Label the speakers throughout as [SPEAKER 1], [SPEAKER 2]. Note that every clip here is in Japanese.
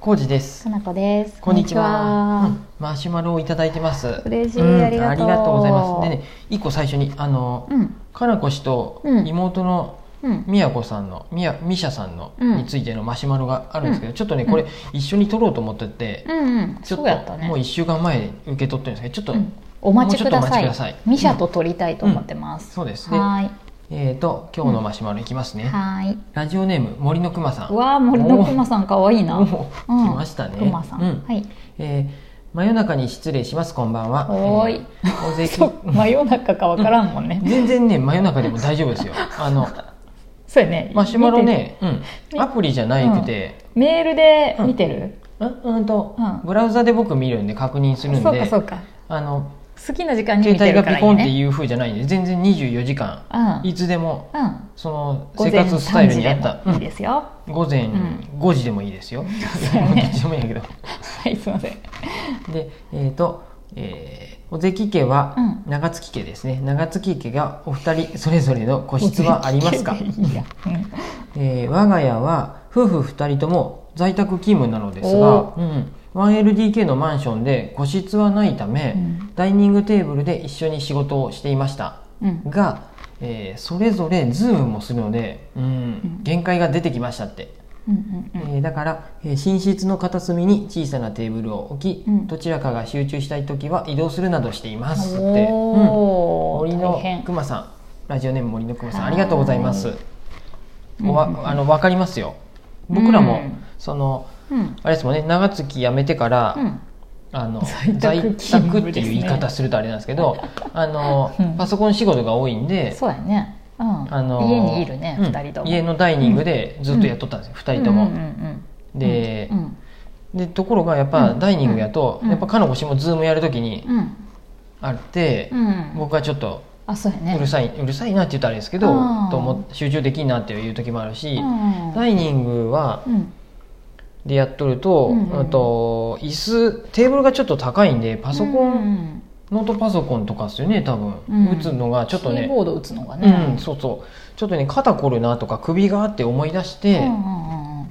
[SPEAKER 1] コウジです
[SPEAKER 2] か。なこです。
[SPEAKER 1] こんにちは。
[SPEAKER 2] こ
[SPEAKER 1] うんんマシュマロをいただいてます。
[SPEAKER 2] にちは嬉しい、
[SPEAKER 1] うん
[SPEAKER 2] ありがとう。
[SPEAKER 1] ございます。でね、一個最初にあの、かなこ氏と
[SPEAKER 2] うん
[SPEAKER 1] 妹の
[SPEAKER 2] うん、うん、
[SPEAKER 1] みやこさんのみやみしゃさんの、
[SPEAKER 2] うん
[SPEAKER 1] についてのマシュマロがあるんですけど、ちょっとね
[SPEAKER 2] うん
[SPEAKER 1] これ一緒に撮ろうと思ってて、
[SPEAKER 2] うん、うん、
[SPEAKER 1] ちょっ
[SPEAKER 2] そう
[SPEAKER 1] と
[SPEAKER 2] やったね。
[SPEAKER 1] もう一週間前に受け取ってるんですけど、ちょっと、
[SPEAKER 2] うんお待ちください。
[SPEAKER 1] もうちょっとお待ちください
[SPEAKER 2] ミシャと撮りたいと思ってます。
[SPEAKER 1] そうですね。
[SPEAKER 2] はー
[SPEAKER 1] えっ、と今日のマシュマロいきますね。
[SPEAKER 2] い、はーい。
[SPEAKER 1] ラジオネーム森のくまさん。
[SPEAKER 2] うわあ、森のくまさん可愛いな。
[SPEAKER 1] お
[SPEAKER 2] う
[SPEAKER 1] ー
[SPEAKER 2] ん
[SPEAKER 1] 来ましたね。
[SPEAKER 2] くまさん、
[SPEAKER 1] うん
[SPEAKER 2] はい。
[SPEAKER 1] えー真夜中に失礼しますこんばんは。
[SPEAKER 2] おーい
[SPEAKER 1] え ー大関
[SPEAKER 2] そう、真夜中かわからんもんね。
[SPEAKER 1] 全然ね真夜中でも大丈夫です よ。あの
[SPEAKER 2] そうやね。
[SPEAKER 1] マシュマロね、うん、
[SPEAKER 2] 見
[SPEAKER 1] アプリじゃないくて、
[SPEAKER 2] 見てる。メールで見てる。
[SPEAKER 1] うん、うんと、
[SPEAKER 2] うん
[SPEAKER 1] ブラウザで僕見るんで確認するん
[SPEAKER 2] そうか、
[SPEAKER 1] で
[SPEAKER 2] そうか。
[SPEAKER 1] あの
[SPEAKER 2] 好きな時間に見
[SPEAKER 1] 携帯
[SPEAKER 2] てる
[SPEAKER 1] が
[SPEAKER 2] から
[SPEAKER 1] ピ
[SPEAKER 2] いい
[SPEAKER 1] コンって
[SPEAKER 2] ね。
[SPEAKER 1] いう風じゃないんで全然24時間
[SPEAKER 2] うん、
[SPEAKER 1] いつでも
[SPEAKER 2] うん。
[SPEAKER 1] その
[SPEAKER 2] 午
[SPEAKER 1] 生
[SPEAKER 2] 前
[SPEAKER 1] 活スタイ
[SPEAKER 2] 3
[SPEAKER 1] ル
[SPEAKER 2] 時
[SPEAKER 1] に合
[SPEAKER 2] で
[SPEAKER 1] った
[SPEAKER 2] もいいですよ。
[SPEAKER 1] うん午前
[SPEAKER 2] ん
[SPEAKER 1] 5時でもいいですよ、
[SPEAKER 2] うやね
[SPEAKER 1] どっちでもいいんやけど
[SPEAKER 2] はい、すみ ません。
[SPEAKER 1] でえっ、とえー、小関家は
[SPEAKER 2] うん
[SPEAKER 1] 長月家ですね、長月家がお二人それぞれの個室はありますか
[SPEAKER 2] いいやうん
[SPEAKER 1] えー我が家は夫婦2人とも在宅勤務なのですが
[SPEAKER 2] お、
[SPEAKER 1] うん、1LDK のマンションで個室はないため、
[SPEAKER 2] うん
[SPEAKER 1] ダイニングテーブルで一緒に仕事をしていました
[SPEAKER 2] うん
[SPEAKER 1] が、えーそれぞれズームもするので、うん
[SPEAKER 2] ん
[SPEAKER 1] 限界が出てきましたって、
[SPEAKER 2] うんうんうん
[SPEAKER 1] えーだから、えー寝室の片隅に小さなテーブルを置き、
[SPEAKER 2] うん
[SPEAKER 1] どちらかが集中したい時は移動するなどしていますって、うん
[SPEAKER 2] おー
[SPEAKER 1] 森
[SPEAKER 2] 大
[SPEAKER 1] の
[SPEAKER 2] 変
[SPEAKER 1] くまさんラジオネーム森のくまさんありがとうございます、
[SPEAKER 2] は
[SPEAKER 1] お
[SPEAKER 2] うんうんうん
[SPEAKER 1] わあの分かりますよ僕らも、
[SPEAKER 2] うん
[SPEAKER 1] その
[SPEAKER 2] うん
[SPEAKER 1] あれですもんね長月辞めてから、
[SPEAKER 2] うん
[SPEAKER 1] あの
[SPEAKER 2] 在宅
[SPEAKER 1] 在
[SPEAKER 2] 勤務
[SPEAKER 1] 宅
[SPEAKER 2] ですね
[SPEAKER 1] っていう言い方するとあれなんですけどあの、
[SPEAKER 2] うん
[SPEAKER 1] パソコン仕事が多いんで
[SPEAKER 2] そうやねうん
[SPEAKER 1] あの
[SPEAKER 2] 家にいるね
[SPEAKER 1] うん
[SPEAKER 2] 二人とも
[SPEAKER 1] 家のダイニングでずっとやっとったんですよ、二人とも、
[SPEAKER 2] うんうんうんうん
[SPEAKER 1] で
[SPEAKER 2] う,、ん
[SPEAKER 1] でところがやっぱ
[SPEAKER 2] うん
[SPEAKER 1] ダイニングやと、
[SPEAKER 2] うん
[SPEAKER 1] やっぱかのこしもズームやるときに
[SPEAKER 2] うん
[SPEAKER 1] あって、
[SPEAKER 2] うん
[SPEAKER 1] 僕はちょっと
[SPEAKER 2] あそうやね
[SPEAKER 1] うるさい、うるさいなって言ったらあれですけど、
[SPEAKER 2] うん
[SPEAKER 1] と思って集中できんなっていう時もあるし、
[SPEAKER 2] うん
[SPEAKER 1] ダイニングは
[SPEAKER 2] うん
[SPEAKER 1] でやっとると、
[SPEAKER 2] うんうん
[SPEAKER 1] あと椅子テーブルがちょっと高いんでパソコン、
[SPEAKER 2] うん
[SPEAKER 1] ノートパソコンとかですよね多分、
[SPEAKER 2] うん
[SPEAKER 1] 打つのがちょっと
[SPEAKER 2] キー
[SPEAKER 1] ね
[SPEAKER 2] ボード打つのが
[SPEAKER 1] うん、
[SPEAKER 2] ね
[SPEAKER 1] そうそうちょっとね肩こるなとか首があって思い出して、
[SPEAKER 2] ん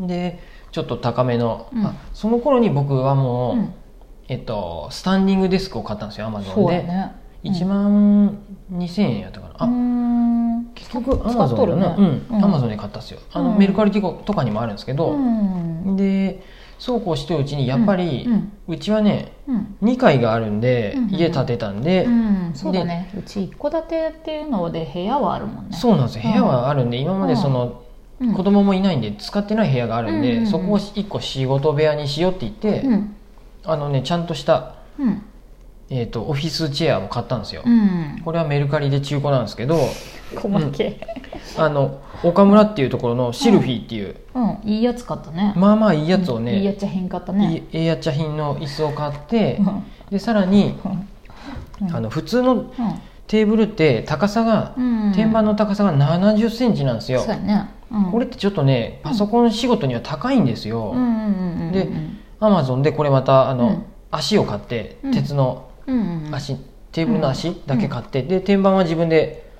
[SPEAKER 1] でちょっと高めの、
[SPEAKER 2] うん
[SPEAKER 1] あその頃に僕はもう、
[SPEAKER 2] うん
[SPEAKER 1] えっと、スタンディングデスクを買ったんですよアマゾン
[SPEAKER 2] そうや
[SPEAKER 1] で、
[SPEAKER 2] ね
[SPEAKER 1] 1万2000円やったかな、あ
[SPEAKER 2] うん
[SPEAKER 1] 結局アマゾンだな、
[SPEAKER 2] 使っとるね
[SPEAKER 1] う
[SPEAKER 2] うん
[SPEAKER 1] ん、アマゾンで買ったんですよあの、
[SPEAKER 2] うん
[SPEAKER 1] メルカリとかにもあるんですけ
[SPEAKER 2] う
[SPEAKER 1] ど、
[SPEAKER 2] ん
[SPEAKER 1] でそうこうしてるうちにやっぱり、
[SPEAKER 2] う
[SPEAKER 1] うんちはね
[SPEAKER 2] うん
[SPEAKER 1] 2階があるんで、
[SPEAKER 2] うんうんうん
[SPEAKER 1] 家建てたんで、
[SPEAKER 2] うんそうだねうち一戸建てっていうので部屋はあるもんね
[SPEAKER 1] そうなんですよ部屋はあるんで、今までその、
[SPEAKER 2] うん
[SPEAKER 1] 子供もいないんで使ってない部屋があるんで、
[SPEAKER 2] うんうんうん
[SPEAKER 1] そこを1個仕事部屋にしようって言って、
[SPEAKER 2] うん
[SPEAKER 1] あのねちゃんとした、
[SPEAKER 2] うん
[SPEAKER 1] えー、とオフィスチェアを買ったんですよ、
[SPEAKER 2] うん
[SPEAKER 1] これはメルカリで中古なんですけど
[SPEAKER 2] 細け
[SPEAKER 1] あの岡村っていうところのシルフィーっていう、
[SPEAKER 2] うんいいやつ買ったね
[SPEAKER 1] まあまあいいやつをね、
[SPEAKER 2] いいやつ変買ったね
[SPEAKER 1] いいやっちゃ品の椅子を買って
[SPEAKER 2] うん
[SPEAKER 1] でさらに
[SPEAKER 2] うん
[SPEAKER 1] あの普通のテーブルって高さが
[SPEAKER 2] うん
[SPEAKER 1] 天板の高さが7 0センチなんですよ
[SPEAKER 2] そうやねうん
[SPEAKER 1] これってちょっとねパソコン仕事には高いんです
[SPEAKER 2] う
[SPEAKER 1] よ
[SPEAKER 2] んうんうんうんうん
[SPEAKER 1] でアマゾンでこれまたあ
[SPEAKER 2] うん
[SPEAKER 1] の足を買って
[SPEAKER 2] うん
[SPEAKER 1] 鉄の
[SPEAKER 2] うんうんうん
[SPEAKER 1] 足テーブルの足だけ買ってで天板は自分で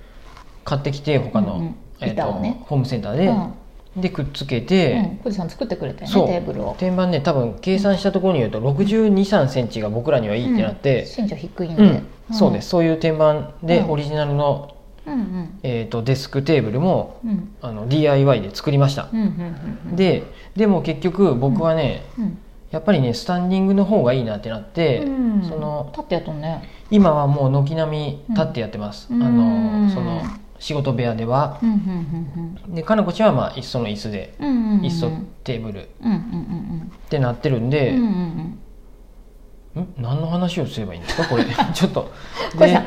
[SPEAKER 1] 買ってきて他
[SPEAKER 2] うんう
[SPEAKER 1] の
[SPEAKER 2] ん
[SPEAKER 1] えっ
[SPEAKER 2] 板
[SPEAKER 1] と
[SPEAKER 2] をね
[SPEAKER 1] ホームセンター
[SPEAKER 2] う
[SPEAKER 1] で
[SPEAKER 2] ん
[SPEAKER 1] でくっつけ
[SPEAKER 2] う
[SPEAKER 1] て
[SPEAKER 2] んコジさん作ってくれたよ
[SPEAKER 1] そ
[SPEAKER 2] ね
[SPEAKER 1] う
[SPEAKER 2] テーブルを
[SPEAKER 1] 天板ね多分計算したところによると6 2 3センチが僕らにはいいってなって
[SPEAKER 2] 身長低いん
[SPEAKER 1] う
[SPEAKER 2] で
[SPEAKER 1] ん、そうですそういう天板で
[SPEAKER 2] うん
[SPEAKER 1] オリジナルの、
[SPEAKER 2] うんうん
[SPEAKER 1] えー、とデスクテーブルも
[SPEAKER 2] うん
[SPEAKER 1] あの DIY で作りました
[SPEAKER 2] うんうんうんうん
[SPEAKER 1] ででも結局僕はね、
[SPEAKER 2] うん
[SPEAKER 1] やっぱりねスタンディングの方がいいなってなって、
[SPEAKER 2] うん
[SPEAKER 1] その
[SPEAKER 2] 立ってやっとんね
[SPEAKER 1] 今はもう軒並み立ってやってます、
[SPEAKER 2] うん
[SPEAKER 1] あ
[SPEAKER 2] うん
[SPEAKER 1] のその仕事部屋では
[SPEAKER 2] うんうん
[SPEAKER 1] でかなこちゃんはまあいっその椅子で
[SPEAKER 2] うんうんうんうんうん
[SPEAKER 1] いっそテーブルっ
[SPEAKER 2] うんうんうん
[SPEAKER 1] てなってるん
[SPEAKER 2] うん
[SPEAKER 1] で、
[SPEAKER 2] うんうんうん
[SPEAKER 1] ん何の話をすればいいんですかこ れちょっと
[SPEAKER 2] これさ
[SPEAKER 1] で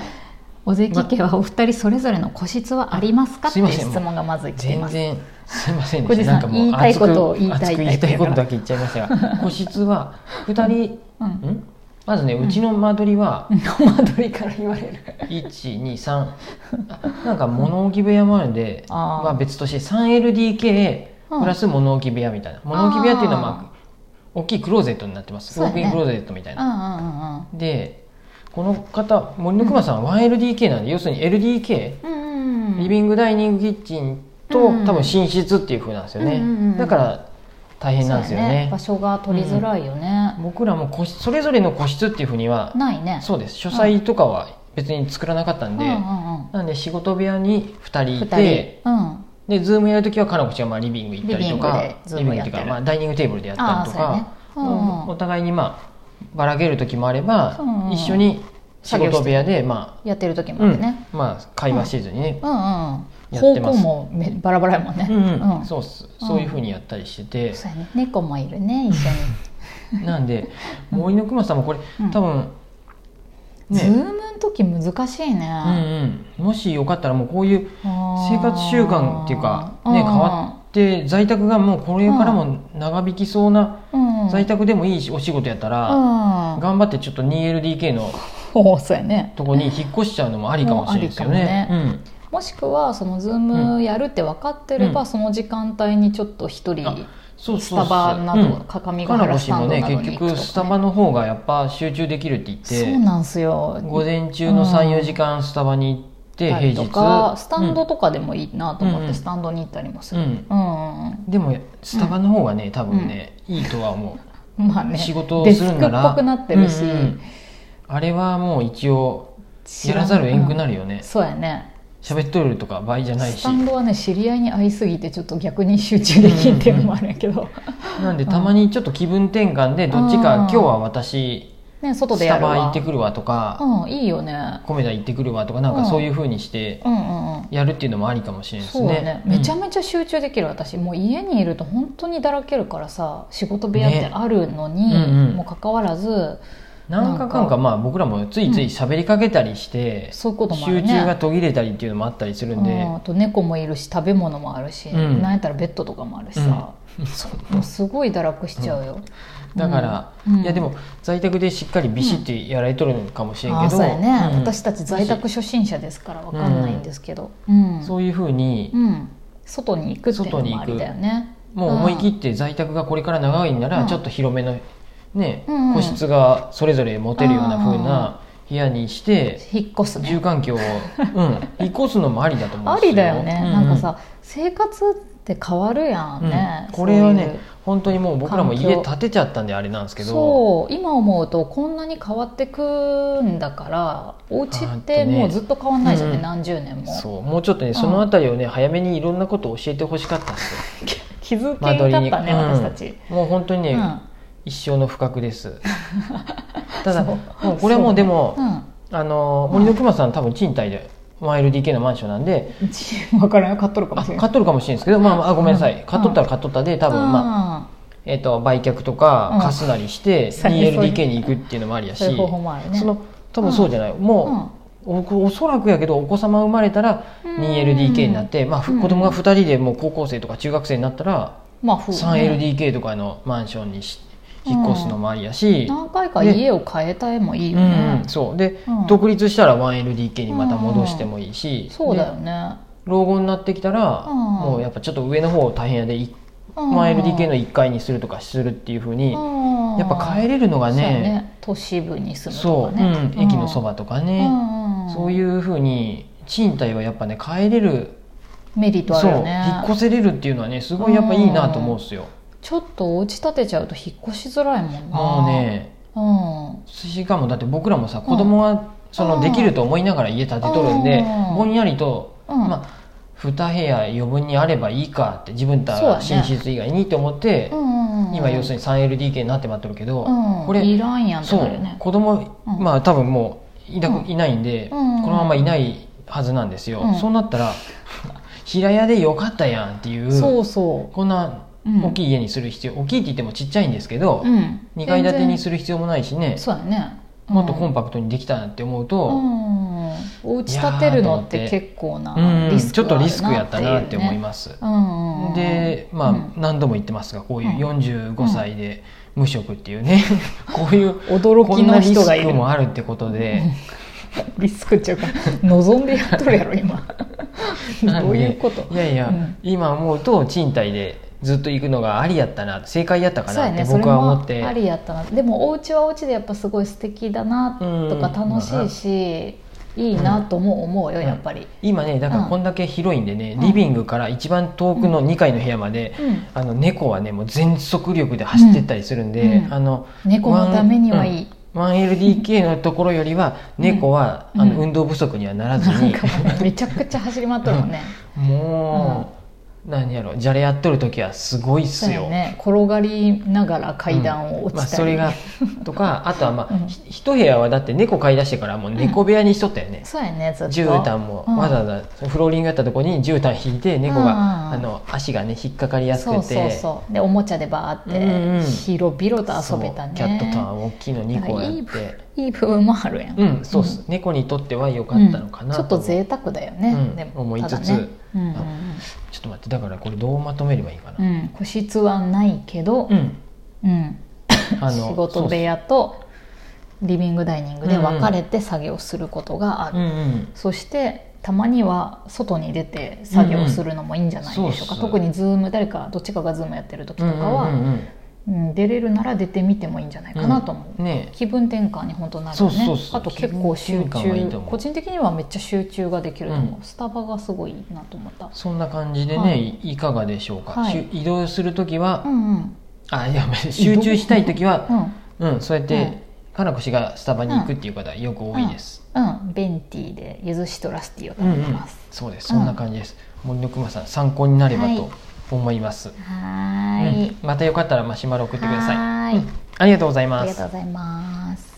[SPEAKER 2] 小関家はお二人それぞれの個室はありますか
[SPEAKER 1] あ
[SPEAKER 2] っ
[SPEAKER 1] す
[SPEAKER 2] て
[SPEAKER 1] い
[SPEAKER 2] いう
[SPEAKER 1] ません
[SPEAKER 2] 質問がまず来てい
[SPEAKER 1] 全
[SPEAKER 2] ます。
[SPEAKER 1] 然すいませんで
[SPEAKER 2] 小
[SPEAKER 1] し
[SPEAKER 2] 路
[SPEAKER 1] たなん
[SPEAKER 2] さん
[SPEAKER 1] かもう
[SPEAKER 2] 言いたい
[SPEAKER 1] 熱く
[SPEAKER 2] ことを言いたい
[SPEAKER 1] 熱く言いたい
[SPEAKER 2] タイプ
[SPEAKER 1] こ
[SPEAKER 2] だ
[SPEAKER 1] と
[SPEAKER 2] から
[SPEAKER 1] だけ言っちゃいましたが個室は2人、
[SPEAKER 2] うん
[SPEAKER 1] ん、まずねうちの間取りは
[SPEAKER 2] 間取りから言われる。
[SPEAKER 1] 123なんか物置部屋もあるんで
[SPEAKER 2] あー
[SPEAKER 1] まあ、別として 3LDK
[SPEAKER 2] うん
[SPEAKER 1] プラス物置部屋みたいな、物置部屋っていうのは、まあ、大きいクローゼットになってます
[SPEAKER 2] そう
[SPEAKER 1] ウォー
[SPEAKER 2] や
[SPEAKER 1] クイン
[SPEAKER 2] ね
[SPEAKER 1] クローゼットみたい
[SPEAKER 2] うんう
[SPEAKER 1] な、
[SPEAKER 2] ん
[SPEAKER 1] でこの方森のくまさんは 1LDK なんで、要するに LDK、
[SPEAKER 2] うんうん。
[SPEAKER 1] リビングダイニングキッチンと、
[SPEAKER 2] うん
[SPEAKER 1] 多分寝室っていう風なんですよね、
[SPEAKER 2] うんうんうん
[SPEAKER 1] だから大変なんですよね
[SPEAKER 2] そうや場所が取りづらいよね、
[SPEAKER 1] 僕らも個室それぞれの個室っていうふうには
[SPEAKER 2] ないね
[SPEAKER 1] そうです書斎とかは別に作らなかったんで、
[SPEAKER 2] うんうんうん
[SPEAKER 1] なんで仕事部屋に2人いて
[SPEAKER 2] 2人うん
[SPEAKER 1] でズームやるときはかなこちゃんはまあリビング行ったりとか
[SPEAKER 2] リビン
[SPEAKER 1] ってい
[SPEAKER 2] グで Zoom
[SPEAKER 1] う
[SPEAKER 2] やって
[SPEAKER 1] か、
[SPEAKER 2] る
[SPEAKER 1] まあ、ダイニングテーブルでやった
[SPEAKER 2] ああ
[SPEAKER 1] り
[SPEAKER 2] そ
[SPEAKER 1] と
[SPEAKER 2] うや
[SPEAKER 1] か
[SPEAKER 2] ね、うんう
[SPEAKER 1] お
[SPEAKER 2] ん、
[SPEAKER 1] 互いにまあばらける時もあれば、
[SPEAKER 2] うん
[SPEAKER 1] 一緒に仕事部屋でま
[SPEAKER 2] やってる時
[SPEAKER 1] あ、
[SPEAKER 2] もあるね、
[SPEAKER 1] うんまあ会話せずにね、
[SPEAKER 2] うんうん
[SPEAKER 1] やっ
[SPEAKER 2] 方
[SPEAKER 1] てま
[SPEAKER 2] 向
[SPEAKER 1] す
[SPEAKER 2] もめバラバラやもんね、
[SPEAKER 1] うんうん
[SPEAKER 2] そ
[SPEAKER 1] そうっすそういうふうにやったりしてて
[SPEAKER 2] う、やね猫もいるね一緒に、
[SPEAKER 1] なんで森の熊さんもこれ
[SPEAKER 2] うん
[SPEAKER 1] 多分
[SPEAKER 2] ズ
[SPEAKER 1] ね、
[SPEAKER 2] ームの時難しい
[SPEAKER 1] うん
[SPEAKER 2] ね、
[SPEAKER 1] うん、もしよかったらもうこういう
[SPEAKER 2] あー
[SPEAKER 1] 生活習慣っていうかね変わって在宅がもうこれからも長引きそうな
[SPEAKER 2] うんうん
[SPEAKER 1] 在宅でもいいしお仕事やった
[SPEAKER 2] う
[SPEAKER 1] ら
[SPEAKER 2] ん
[SPEAKER 1] 頑張ってちょっと 2LDK の
[SPEAKER 2] おーそうやね
[SPEAKER 1] とこに引っ越しちゃうのもありかもしれないですよね。
[SPEAKER 2] も
[SPEAKER 1] うん
[SPEAKER 2] もしくはそのズームやるって分かってれば、
[SPEAKER 1] うん
[SPEAKER 2] その時間帯にちょっと一
[SPEAKER 1] あ
[SPEAKER 2] 人
[SPEAKER 1] そう
[SPEAKER 2] ス
[SPEAKER 1] そうそう
[SPEAKER 2] タバな
[SPEAKER 1] うん
[SPEAKER 2] ど、かかみ
[SPEAKER 1] か
[SPEAKER 2] が
[SPEAKER 1] な
[SPEAKER 2] はら
[SPEAKER 1] こ
[SPEAKER 2] ス
[SPEAKER 1] 氏
[SPEAKER 2] タ
[SPEAKER 1] も
[SPEAKER 2] ンド
[SPEAKER 1] ね
[SPEAKER 2] などに行
[SPEAKER 1] 結
[SPEAKER 2] くとかね
[SPEAKER 1] 局スタバの方がやっぱ集中できるって言っ
[SPEAKER 2] そう
[SPEAKER 1] て
[SPEAKER 2] なんすよ
[SPEAKER 1] 午前中の
[SPEAKER 2] うん
[SPEAKER 1] 34時間スタバに行って
[SPEAKER 2] 行った
[SPEAKER 1] 平
[SPEAKER 2] り
[SPEAKER 1] 日
[SPEAKER 2] とかスタンド
[SPEAKER 1] う
[SPEAKER 2] とかでもいいなと思っ
[SPEAKER 1] うん
[SPEAKER 2] てスタンドに行ったりもす
[SPEAKER 1] んう
[SPEAKER 2] る
[SPEAKER 1] ん
[SPEAKER 2] うんうん
[SPEAKER 1] でもスタバの方がね多分ねいいとは思
[SPEAKER 2] うんまあね
[SPEAKER 1] う仕事をするなら
[SPEAKER 2] デスクっぽくなってるし、
[SPEAKER 1] うんうんあれはもう一応やらざるをえんくな
[SPEAKER 2] る
[SPEAKER 1] るよね
[SPEAKER 2] そうやね
[SPEAKER 1] 喋っとるとか倍じゃない
[SPEAKER 2] ス
[SPEAKER 1] し
[SPEAKER 2] タンドはね知り合いに会いすぎてちょっと逆に集中できんっていうのもあるんやけど、
[SPEAKER 1] なんでたまにちょっと気分転換でどっち
[SPEAKER 2] うん
[SPEAKER 1] か今日は私
[SPEAKER 2] ね外で
[SPEAKER 1] ス
[SPEAKER 2] や
[SPEAKER 1] タ
[SPEAKER 2] るわ
[SPEAKER 1] バ行ってくるわとか
[SPEAKER 2] うんいいよね
[SPEAKER 1] コメダ行ってくるわとかなんかそういうふうにして
[SPEAKER 2] うんうんうん
[SPEAKER 1] やるっていうのもありかもしれないです
[SPEAKER 2] そう
[SPEAKER 1] ね
[SPEAKER 2] だねめちゃ
[SPEAKER 1] うん
[SPEAKER 2] めちゃ集中できる私もう家にいると本当にだらけるからさ仕事部屋ってあるのに、
[SPEAKER 1] ねうんうん
[SPEAKER 2] もかかわらず
[SPEAKER 1] なんかか
[SPEAKER 2] なん
[SPEAKER 1] ん
[SPEAKER 2] か
[SPEAKER 1] かまあ僕らもついつい喋りかけたりして、
[SPEAKER 2] そういうこともあ
[SPEAKER 1] 集
[SPEAKER 2] るね
[SPEAKER 1] 中が途切れたりっていうのもあったりするんで
[SPEAKER 2] うん、あと猫もいるし食べ物もあるし、
[SPEAKER 1] う
[SPEAKER 2] なんん、やったらベッドとかもあるしさ、もうすごい堕落しちゃうよ、
[SPEAKER 1] だから、
[SPEAKER 2] うん
[SPEAKER 1] いやでも在宅でしっかりビシッてやられとるのかもしれん
[SPEAKER 2] あ
[SPEAKER 1] け
[SPEAKER 2] あ
[SPEAKER 1] ど、
[SPEAKER 2] そうやね、
[SPEAKER 1] うん
[SPEAKER 2] 私たち在宅初心者ですからわかんないんですけど、うん
[SPEAKER 1] そういうふうに、
[SPEAKER 2] うん外に行くっていうのもありだよね
[SPEAKER 1] もう思い切って在宅がこれから長いんなら、
[SPEAKER 2] うん
[SPEAKER 1] ちょっと広めのね、
[SPEAKER 2] うんうん
[SPEAKER 1] 個室がそれぞれ持てるような風な部屋にして、
[SPEAKER 2] 引っ越すね
[SPEAKER 1] 住環境を、うん、引っ越すのもありだと思うん
[SPEAKER 2] あ
[SPEAKER 1] ですよ
[SPEAKER 2] りだよね、
[SPEAKER 1] う
[SPEAKER 2] なんかさ生活って変わるやんね、
[SPEAKER 1] うんこれは
[SPEAKER 2] そうい
[SPEAKER 1] ね
[SPEAKER 2] う
[SPEAKER 1] 本当にもう僕らも家
[SPEAKER 2] 環境
[SPEAKER 1] 建てちゃったんであれなんですけど
[SPEAKER 2] そう今思うとこんなに変わってくんだからお家ってもうずっと変わんないじゃんね
[SPEAKER 1] うん
[SPEAKER 2] 何十年も、
[SPEAKER 1] そうもうちょっとねそのあたりをね早めにいろんなことを教えてほしかったんですよ
[SPEAKER 2] 気づき
[SPEAKER 1] 間取り
[SPEAKER 2] だ
[SPEAKER 1] に
[SPEAKER 2] ったね、
[SPEAKER 1] うん
[SPEAKER 2] 私たち、
[SPEAKER 1] もう本当に
[SPEAKER 2] う
[SPEAKER 1] ね、
[SPEAKER 2] ん
[SPEAKER 1] 一生の不覚です ただ
[SPEAKER 2] そう
[SPEAKER 1] もうこれはもうでもあのー
[SPEAKER 2] うん
[SPEAKER 1] 森の熊さん多分賃貸で 1LDK のマンションなんで
[SPEAKER 2] うん、ち分からんよ買っとるかも
[SPEAKER 1] あ
[SPEAKER 2] しれない
[SPEAKER 1] 買っとるかもしれないですけど、まあまあ、あごめんなさ
[SPEAKER 2] う
[SPEAKER 1] い
[SPEAKER 2] ん
[SPEAKER 1] 買っとったら買っとったで多分、まあ
[SPEAKER 2] ま
[SPEAKER 1] えっと売却とか
[SPEAKER 2] うん
[SPEAKER 1] 貸すなりして
[SPEAKER 2] そうやねそういう
[SPEAKER 1] 2LDK に行くっていうのもありやし
[SPEAKER 2] そういう方法もあるね
[SPEAKER 1] その多分そうじゃない、もう、おおそらくやけどお子様生まれたら
[SPEAKER 2] うん
[SPEAKER 1] 2LDK になって、まあ、ふ
[SPEAKER 2] うん
[SPEAKER 1] 子供が2人でもう高校生とか中学生になったら
[SPEAKER 2] うん、まあ夫婦ね
[SPEAKER 1] 3LDK とかのマンションにし引っ越すのもありやし、
[SPEAKER 2] 何回か家を変えたいもいいよ
[SPEAKER 1] う
[SPEAKER 2] ね
[SPEAKER 1] ん、そうで、
[SPEAKER 2] うん
[SPEAKER 1] 独立したら 1LDK にまた戻してもいいし、
[SPEAKER 2] そうだよ
[SPEAKER 1] で
[SPEAKER 2] ね
[SPEAKER 1] 老後になってきたら、
[SPEAKER 2] うん
[SPEAKER 1] もうやっぱちょっと上の方大変やでい
[SPEAKER 2] うん
[SPEAKER 1] 1LDK の1階にするとかするっていうふうに、
[SPEAKER 2] うん
[SPEAKER 1] やっぱ変えれるのが
[SPEAKER 2] そうや
[SPEAKER 1] ね
[SPEAKER 2] 都市部に住む
[SPEAKER 1] そ
[SPEAKER 2] と
[SPEAKER 1] う、
[SPEAKER 2] かね
[SPEAKER 1] うん、駅のそばとか
[SPEAKER 2] うん
[SPEAKER 1] ね、
[SPEAKER 2] うん
[SPEAKER 1] そういうふうに賃貸はやっぱね変えれる
[SPEAKER 2] メリットあ
[SPEAKER 1] そ
[SPEAKER 2] る
[SPEAKER 1] う引っ
[SPEAKER 2] よね
[SPEAKER 1] 越せれるっていうのはねすごいやっぱいいなと思うんですよ
[SPEAKER 2] ちょっとお家建てちゃうと引っ越しづらいもんな
[SPEAKER 1] もうね
[SPEAKER 2] うん
[SPEAKER 1] しかもだって僕らもさ子供がそのできると思いながら家建てとるんで
[SPEAKER 2] うん
[SPEAKER 1] ぼんやりと
[SPEAKER 2] うん
[SPEAKER 1] まあ2部屋余分にあればいいかって自分たち
[SPEAKER 2] そうだ
[SPEAKER 1] は
[SPEAKER 2] ね
[SPEAKER 1] 寝室以外にって思って
[SPEAKER 2] うんうん
[SPEAKER 1] 今要す
[SPEAKER 2] る
[SPEAKER 1] るに 3LDK になってまってるけど
[SPEAKER 2] に
[SPEAKER 1] こ
[SPEAKER 2] こ
[SPEAKER 1] れ
[SPEAKER 2] れいらんやんって
[SPEAKER 1] そ
[SPEAKER 2] な
[SPEAKER 1] う
[SPEAKER 2] るよね
[SPEAKER 1] 子供
[SPEAKER 2] うん
[SPEAKER 1] まあ多分もういな
[SPEAKER 2] うん
[SPEAKER 1] くいないんでこ
[SPEAKER 2] う
[SPEAKER 1] の
[SPEAKER 2] ん
[SPEAKER 1] ままいないはずなんですよ
[SPEAKER 2] うん
[SPEAKER 1] そうなったら平屋でよかったやんっていう
[SPEAKER 2] そうそ
[SPEAKER 1] こんな
[SPEAKER 2] ううん
[SPEAKER 1] 大きい家にする必要、大きいって言ってもちっちゃいんですけど、
[SPEAKER 2] うん
[SPEAKER 1] 2階建てに
[SPEAKER 2] る
[SPEAKER 1] する必要もないしね、
[SPEAKER 2] そうやね
[SPEAKER 1] もっとコン
[SPEAKER 2] パ
[SPEAKER 1] パクトにできたなって思うと、
[SPEAKER 2] お家建てるのって結構
[SPEAKER 1] う
[SPEAKER 2] なんリスク
[SPEAKER 1] ちょっとリスクやったな
[SPEAKER 2] あ
[SPEAKER 1] っ
[SPEAKER 2] る
[SPEAKER 1] て
[SPEAKER 2] いうね
[SPEAKER 1] 思います。
[SPEAKER 2] うんうんうん
[SPEAKER 1] でまあ、
[SPEAKER 2] うん
[SPEAKER 1] 何度も言ってますがこういう
[SPEAKER 2] う
[SPEAKER 1] 45歳で無職っていうね、 こういう
[SPEAKER 2] 驚
[SPEAKER 1] こ
[SPEAKER 2] き
[SPEAKER 1] んな
[SPEAKER 2] の
[SPEAKER 1] リ
[SPEAKER 2] 人
[SPEAKER 1] ス
[SPEAKER 2] がいる
[SPEAKER 1] クもあるってことで、
[SPEAKER 2] リスクっていうか望んでやっとるやろ今
[SPEAKER 1] なん
[SPEAKER 2] どう
[SPEAKER 1] で
[SPEAKER 2] いうこと
[SPEAKER 1] やいや、
[SPEAKER 2] うん
[SPEAKER 1] 今思うと賃貸でずっと行くのがありやったな正解やったか
[SPEAKER 2] そう
[SPEAKER 1] な
[SPEAKER 2] や
[SPEAKER 1] って
[SPEAKER 2] ねそれ
[SPEAKER 1] 僕は思って、
[SPEAKER 2] もありやったなでもお家はお家でやっぱすごい素敵だなとか
[SPEAKER 1] うん
[SPEAKER 2] 楽しいし、いいなとも思うよ、やっぱり。
[SPEAKER 1] 今ねだから
[SPEAKER 2] うん
[SPEAKER 1] こんだけ広いんでね、
[SPEAKER 2] うん
[SPEAKER 1] リビングから一番遠くの2階の部屋まで、
[SPEAKER 2] うん、
[SPEAKER 1] あの猫はねもう全速力で走ってったりするんで、
[SPEAKER 2] うん
[SPEAKER 1] あの
[SPEAKER 2] 猫のためにはいい。
[SPEAKER 1] 1LDK のところよりは猫は、
[SPEAKER 2] うん
[SPEAKER 1] あ
[SPEAKER 2] うん
[SPEAKER 1] の運動不足にはならず
[SPEAKER 2] なん
[SPEAKER 1] に、
[SPEAKER 2] かもうねめちゃくちゃ走り回っとるもんね。
[SPEAKER 1] もう、何やろじゃれやっとる時はすごいっ
[SPEAKER 2] そう
[SPEAKER 1] す
[SPEAKER 2] や
[SPEAKER 1] よ。
[SPEAKER 2] ね。転がりながら階段を落
[SPEAKER 1] まあ、
[SPEAKER 2] ちたり。
[SPEAKER 1] それがとかあとはまあ、
[SPEAKER 2] うん
[SPEAKER 1] ひ一部屋はだって猫飼い出してからもう猫部屋にしとったよね、
[SPEAKER 2] そうやね。ずっと。
[SPEAKER 1] 絨毯も
[SPEAKER 2] うん
[SPEAKER 1] わざわざフローリングやったとこに絨毯引いて猫
[SPEAKER 2] うん
[SPEAKER 1] があの足がね引っかかりやす
[SPEAKER 2] そう
[SPEAKER 1] く
[SPEAKER 2] そう
[SPEAKER 1] て
[SPEAKER 2] そう。でおもちゃでバー
[SPEAKER 1] うんう
[SPEAKER 2] っ
[SPEAKER 1] ん
[SPEAKER 2] て広々と遊べた
[SPEAKER 1] そ
[SPEAKER 2] ね。
[SPEAKER 1] うキャットタワー大きいの2個やっ
[SPEAKER 2] だか
[SPEAKER 1] て
[SPEAKER 2] いい部分もあるやん。
[SPEAKER 1] うんそうっす、猫にとっては良かったのかな
[SPEAKER 2] うんちょっと
[SPEAKER 1] 思う
[SPEAKER 2] 贅沢だよね、
[SPEAKER 1] うん
[SPEAKER 2] でも
[SPEAKER 1] 思いつつ
[SPEAKER 2] ただねうんうん
[SPEAKER 1] ちょっと待ってだからこれどうまとめればいいかな
[SPEAKER 2] うんうん個室はないけど、
[SPEAKER 1] うん、
[SPEAKER 2] うん
[SPEAKER 1] あ
[SPEAKER 2] 仕事部
[SPEAKER 1] で
[SPEAKER 2] 屋とリビングダイニングで分かれて作業することがある、
[SPEAKER 1] うんうん
[SPEAKER 2] そしてたまには外に出て作業するのもいいんじゃないでしょう
[SPEAKER 1] うんう
[SPEAKER 2] か、
[SPEAKER 1] んそうっす
[SPEAKER 2] 特にズーム誰かどっちかがズームやってる時と
[SPEAKER 1] う
[SPEAKER 2] か
[SPEAKER 1] ん
[SPEAKER 2] は、
[SPEAKER 1] うんうん
[SPEAKER 2] うん出れるなら出てみてもいいんじゃないかなと思う、
[SPEAKER 1] うんね
[SPEAKER 2] 気分転換に本当なる
[SPEAKER 1] そ
[SPEAKER 2] よ
[SPEAKER 1] う
[SPEAKER 2] ね
[SPEAKER 1] そうそう
[SPEAKER 2] あと結構集
[SPEAKER 1] 気分転換
[SPEAKER 2] 中
[SPEAKER 1] はいいと思う
[SPEAKER 2] 個人的にはめっちゃ集中ができると思う、
[SPEAKER 1] うん
[SPEAKER 2] スタバがすごいいいなと思った
[SPEAKER 1] そんな感じでね、
[SPEAKER 2] はい
[SPEAKER 1] い、いかがでしょうか、
[SPEAKER 2] はい
[SPEAKER 1] しゅ移動する時は、
[SPEAKER 2] うんうん
[SPEAKER 1] あいや集中したい時は
[SPEAKER 2] う、ん
[SPEAKER 1] うん、そうやって、
[SPEAKER 2] うん
[SPEAKER 1] かなこ氏がスタバに行くっていう方よく多いです、
[SPEAKER 2] うんベンティーでゆずしとラスティーを
[SPEAKER 1] うん
[SPEAKER 2] 頼ん
[SPEAKER 1] う
[SPEAKER 2] で
[SPEAKER 1] ん
[SPEAKER 2] ます、
[SPEAKER 1] そうです
[SPEAKER 2] うん
[SPEAKER 1] そんな感じです、森の熊さん参考になれば
[SPEAKER 2] は
[SPEAKER 1] と思います、
[SPEAKER 2] はーい、
[SPEAKER 1] うんまたよかったらマシュマロ送ってください
[SPEAKER 2] はーい
[SPEAKER 1] ありがとうござい
[SPEAKER 2] あ
[SPEAKER 1] ま
[SPEAKER 2] りが
[SPEAKER 1] す
[SPEAKER 2] とうございます